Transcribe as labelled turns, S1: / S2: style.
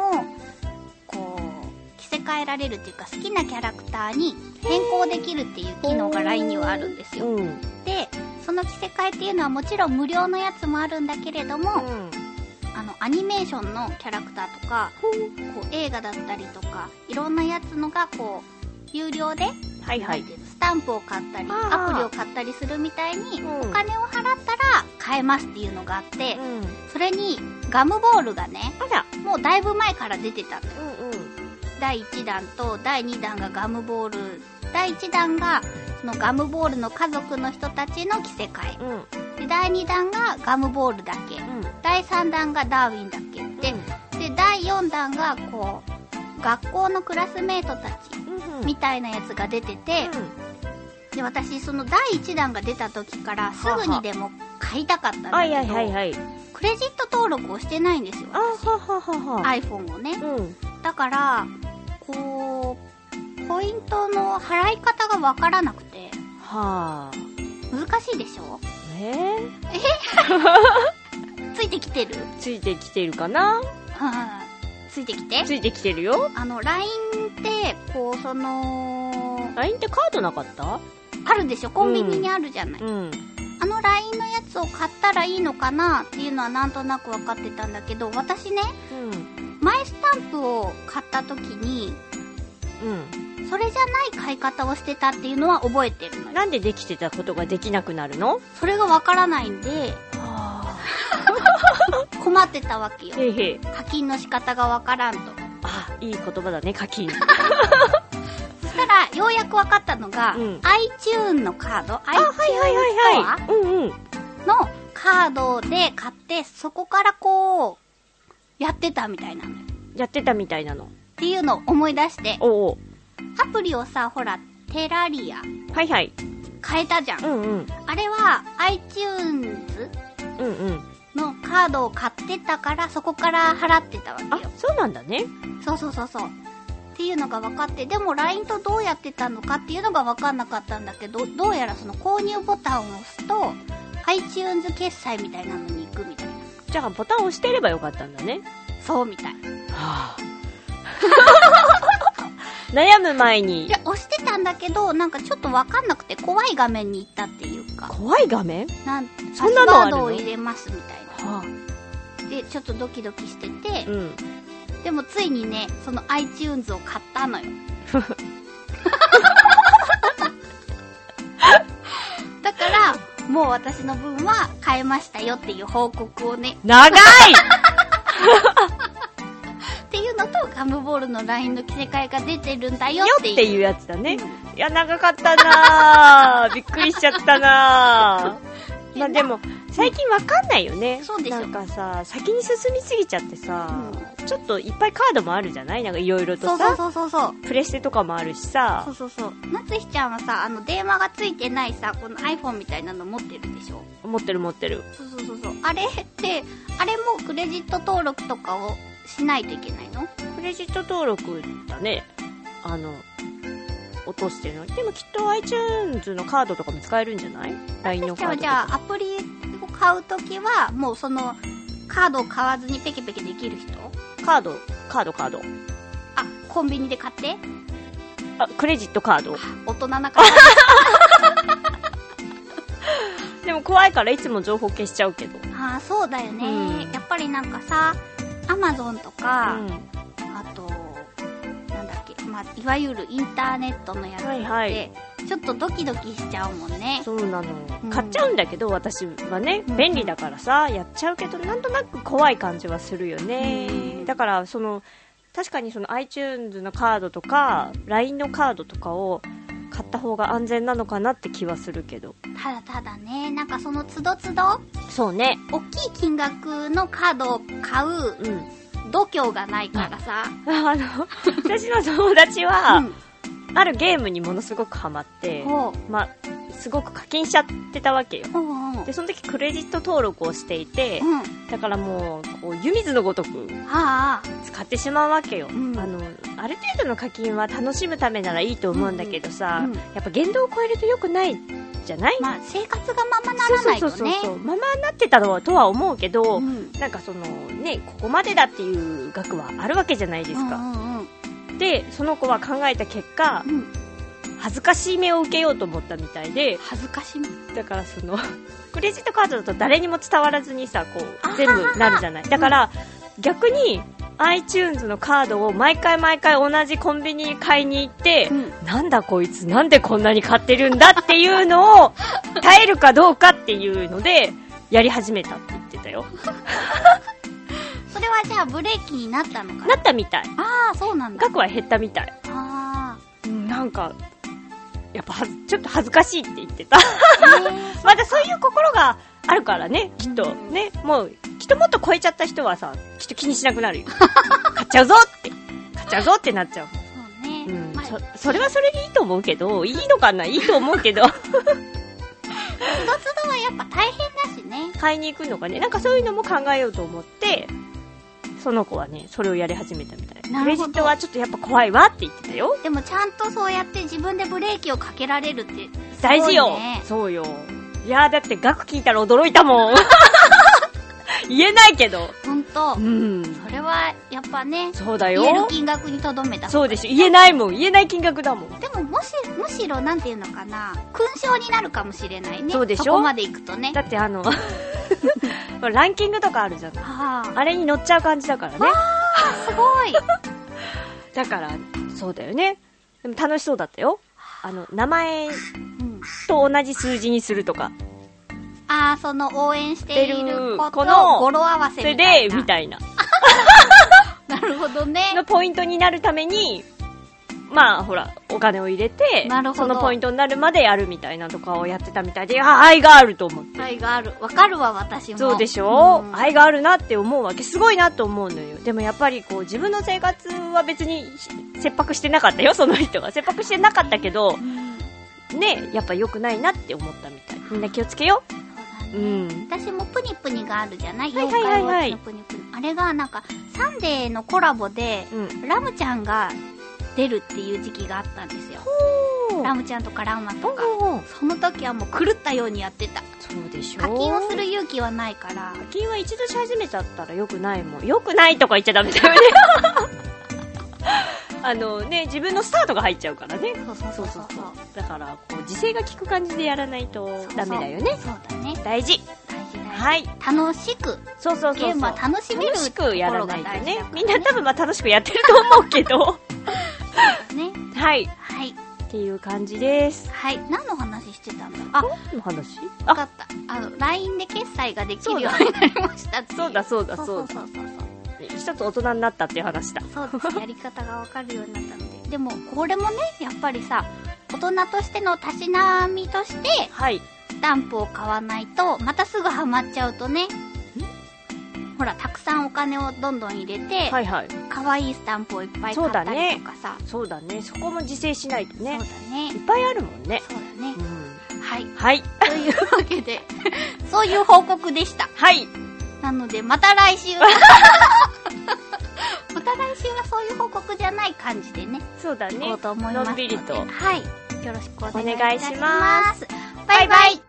S1: こう、着せ替えられるっていうか、好きなキャラクターに変更できるっていう機能が LINE にはあるんですよ。
S2: ん。うん。
S1: で、その着せ替えっていうのはもちろん無料のやつもあるんだけれども、あの、アニメーションのキャラクターとか、こう映画だったりとか、いろんなやつのが、こう、有料で
S2: はいは
S1: ないん。ていうのスタンプを買ったり
S2: あー
S1: アプリを買ったりするみたいに、
S2: うん
S1: お金を払ったら買えますっていうのがあって、
S2: ん。
S1: それにガムボールがね
S2: あら。
S1: もうだいぶ前から出てたのよ
S2: うんうん。
S1: 第1弾と第2弾がガムボール第1弾がそのガムボールの家族の人たちの着せ替
S2: うん。
S1: えで第2弾がガムボールだけ第3弾がダーウィンだけ
S2: うん。
S1: で,、で第4弾がこう学校のクラスメートたち
S2: うんうん。
S1: みたいなやつが出てて、で私その第1弾が出た時からすぐにでも買いたかったんだけど
S2: はいはいはいはい。
S1: クレジット登録をしてないんですよ
S2: あはははは。
S1: iPhone をね
S2: うん。
S1: だからこうポイントの払い方がわからなくて
S2: はあ。
S1: 難しいでしょ
S2: え
S1: ついてきてる
S2: ー、ついてきてるかな
S1: うんついてきて
S2: ついてきてるよ。
S1: あの LINE ってこうその
S2: LINE ってカードなかった
S1: あるでしょコンビニにあるじゃない、
S2: うん。
S1: あの LINE のやつを買ったらいいのかなっていうのはなんとなく分かってたんだけど私ね
S2: うん。
S1: マイスタンプを買った時に
S2: う
S1: それじゃない買い方をしてたっていうのは覚えてるの
S2: ん。
S1: よ
S2: なんでできてたことができなくなるの
S1: それがわからないんで
S2: は
S1: 困ってたわけよ
S2: へいへい。
S1: 課金の仕方がわからんと
S2: あ、いい言葉だね、課金。
S1: そしたらようやくわかったのが、
S2: うん
S1: iTune のカード iTune ス
S2: い。うんうん。
S1: トアのカードで買ってそこからこうやってたみたいなのよ
S2: やってたみたいなの。
S1: っていうのを思い出して
S2: おうお
S1: アプリをさほらテラリア
S2: う。はいはい。
S1: 変えたじゃん、
S2: うんうん。
S1: あれは iTunes
S2: うんうん。
S1: のカードを買ってたからそこから払ってたわけ
S2: あ
S1: よ、
S2: そうなんだね。
S1: そうそうそうそうっていうのが分かってでも LINE とどうやってたのかっていうのが分かんなかったんだけどどうやらその購入ボタンを押すと iTunes 決済みたいなのに行くみたいな
S2: じゃあ、ボタン押してればよかったんだね。
S1: そうみたい
S2: はあ、悩む前に
S1: で、押してたんだけどなんかちょっと分かんなくて怖い画面に行ったっていうか
S2: 怖い画面
S1: なん
S2: そんなのあ
S1: パスワー
S2: るの
S1: ドを入れますみたい
S2: は
S1: なでちょっとドキドキしてて、
S2: あ、うん。
S1: でもついにね、その iTunes を買った のよ。だから、もう私の分は買えましたよっていう報告をね。
S2: 長い
S1: っていうのと、ガムボールの LINE の着せ替えが出てるんだよ
S2: よ
S1: っ
S2: ってて
S1: いう。
S2: いうやつだね。
S1: う
S2: いや、長かったな ぁ。びっくりしちゃったなぁ。まあでも、最近わかんないよね。
S1: そうでしょ
S2: なんかさ、先に進みすぎちゃってさ、
S1: う
S2: ちょっといっぱいカードもあるじゃないなんかいろいろと
S1: そう
S2: さ
S1: そうそうそうそう。
S2: プレステとかもあるしさ
S1: そ、うそうそう。なつひちゃんはさ、あの、電話がついてないさ、この iPhone みたいなの持ってるでしょ
S2: 持ってる持ってる。
S1: そうそうそうそう。あれって、あれもクレジット登録とかをしないといけないの
S2: クレジット登録だね。あの、落としてるの。でもきっと iTunes のカードとかも使えるんじゃない ?LINE の
S1: じ
S2: カー
S1: ゃあ、
S2: ドと
S1: じゃ
S2: か。
S1: あ、アプリを買うときは、もうその、カードを買わずにペケペケできる人
S2: カード、カード、カード。
S1: あ、コンビニで買って
S2: あ、クレジットカード。
S1: 大人な感じ。
S2: でも怖いからいつも情報消しちゃうけど。
S1: ああ、そうだよね、
S2: うん
S1: やっぱりなんかさ、アマゾンと
S2: う
S1: か、
S2: ん。
S1: あと、なんだっけ、まあ、いわゆるインターネットのやつって、
S2: はいはい
S1: ちょっとドキドキしちゃうもんね
S2: そうなの、
S1: うん
S2: 買っちゃうんだけど私はね
S1: うん
S2: 便利だからさやっちゃうけどなんとなく怖い感じはするよね、
S1: うん
S2: だからその確かにその iTunes のカードとか LINE のカードとかを買った方が安全なのかなって気はするけど
S1: ただただねなんかそのつどつど
S2: そうね
S1: 大きい金額のカードを買う
S2: うん
S1: 度胸がないからさ、
S2: あの私の友達は、
S1: うん
S2: あるゲームにものすごくハマって、
S1: ほ
S2: まあ、すごく課金しちゃってたわけよ
S1: ううんうん
S2: でその時クレジット登録をしていて
S1: うん
S2: だからもうこう湯水のごとく
S1: ああ
S2: 使ってしまうわけよ、
S1: うん
S2: あのある程度の課金は楽しむためならいいと思うんだけどさ、
S1: うんうん
S2: やっぱ限度を超えると良くないじゃない、
S1: まあ生活がままならないと
S2: そう
S1: ね
S2: そうそうそうままなってたとは思うけど、
S1: うん
S2: なんかそのねここまでだっていう額はあるわけじゃないです
S1: う
S2: か、
S1: んうんうん
S2: でその子は考えた結果
S1: うん
S2: 恥ずかしい目を受けようと思ったみたいで
S1: 恥ずかしめ
S2: だからその クレジットカードだと誰にも伝わらずにさこ
S1: あはは
S2: う全部なるじゃないだから逆に iTunes のカードを毎回毎回同じコンビニに買いに行って、
S1: うん
S2: なんだこいつなんでこんなに買ってるんだっていうのを耐えるかどうかっていうのでやり始めたって言ってたよ
S1: それはじゃあブレーキになったのかな
S2: なったみたい
S1: ああそうなんだ
S2: 額は減ったみたい
S1: あ
S2: なんかやっぱはずちょっと恥ずかしいって言ってた
S1: あ、へえ
S2: まだそういう心があるからね、きっと。ね、もう、きっともっと超えちゃった人はさ、きっと気にしなく なるよ。買っちゃうぞって。買っちゃうぞってなっちゃう。
S1: そうね、
S2: うん
S1: まあ、
S2: そ、それはそれでいいと思うけど、いいのかないいと思うけ ど、
S1: つどつどはやっぱ大変だしね
S2: 買いに行くのかね。なんかそういうのも考えようと思って、その子はね、それをやり始めたみたい。
S1: な
S2: ク
S1: る
S2: レ
S1: ほ
S2: ジ
S1: ど
S2: ットはちょっとやっぱ怖いわって言ってたよ。
S1: でもちゃんとそうやって自分でブレーキをかけられるって
S2: 大事
S1: す
S2: よ
S1: ごいね。
S2: そうよ。いやーだって額聞いたら驚いたも ん。言えないけど。
S1: ほんと
S2: うん。
S1: それはやっぱね
S2: そうだよ。
S1: 言える金額にとどめた
S2: そうでしょ言えないもん言えない金額だもん
S1: でももしむしろなんていうのかな勲章になるかもしれないね
S2: そうでしょ
S1: そこまでいくとね
S2: だってあの ランキングとかあるじゃない
S1: あ
S2: あれに乗っちゃう感じだからね
S1: あすごい
S2: だからそうだよねでも楽しそうだったよあの名前
S1: うん
S2: と同じ数字にするとか
S1: ああその応援しているこ
S2: してることの
S1: 語呂合わせ
S2: それ
S1: みたい
S2: で
S1: な
S2: みたいな
S1: なるほどね
S2: のポイントになるためにまあほらお金を入れて
S1: なるほ
S2: そ
S1: ど
S2: のポイントになるまでやるみたいなとかをやってたみたいであ愛があると思って
S1: 愛があるわかるわ私も
S2: そうでしょ、
S1: うん
S2: 愛があるなって思うわけすごいなと思うのよでもやっぱりこう自分の生活は別にひ切迫してなかったよ その人は切迫してなかったけど
S1: うん
S2: ねやっぱ良くないなって思ったみたいみんな気をつけよ
S1: そう
S2: う
S1: だね
S2: ん
S1: 私もプニプニがあるじゃない
S2: はいはいはいはい
S1: 妖怪ウォッチのプニプニあれがなんかサンデーのコラボで
S2: うん
S1: ラムちゃんが出るっていう時期があったんですよラムちゃんとかランマとかその時はもう狂ったようにやってた
S2: そうでしょ
S1: 課金をする勇気はないから
S2: 課金は一度し始めちゃったら良くないもん良くないとか言っちゃダメだよね あのね自分のスタートが入っちゃうからね
S1: そうそう
S2: そうそうそうだからこう自制が効く感じでやらないとダメだよね
S1: そうだね大事大
S2: 大事
S1: 事、
S2: はい
S1: 楽しく
S2: そうそうそうそう
S1: ゲームは楽しめる
S2: 楽しくやらないとね
S1: ところが大事だからね
S2: みんな多分まあ楽しくやってると思うけ ど
S1: ね
S2: はい
S1: はい
S2: っていう感じです
S1: はい何の話してたんだろうあ
S2: 何の話
S1: 分
S2: あ
S1: かったあの LINE で決済ができるようになりましたってい
S2: そうだそうだ
S1: そ
S2: そうう
S1: そ
S2: だ
S1: うそうそう
S2: 一つ大人になったっていう話だ
S1: そうですやり方が分かるようになったのででもこれもねやっぱりさ大人としてのたしなみとして
S2: はい
S1: スタンプを買わないとまたすぐハマっちゃうとねほらたくさんお金をどんどん入れて
S2: はいはい
S1: 可愛、い、いスタンプをいっぱい買
S2: そう
S1: った
S2: だ
S1: り
S2: ね
S1: とかさ
S2: そうだねそこも自制しないと
S1: そう
S2: ね
S1: だね
S2: いっぱいあるもんね
S1: そうだね
S2: うん
S1: はい
S2: はい
S1: というわけでそういう報告でした
S2: はい
S1: なのでまた来 週また来週はそういう報告じゃない感じでね
S2: そうだ
S1: 行こ
S2: ね
S1: うと思いますので
S2: のんびりと
S1: はいよろしくお願いいたし
S2: お願いしま
S1: ますバイバイ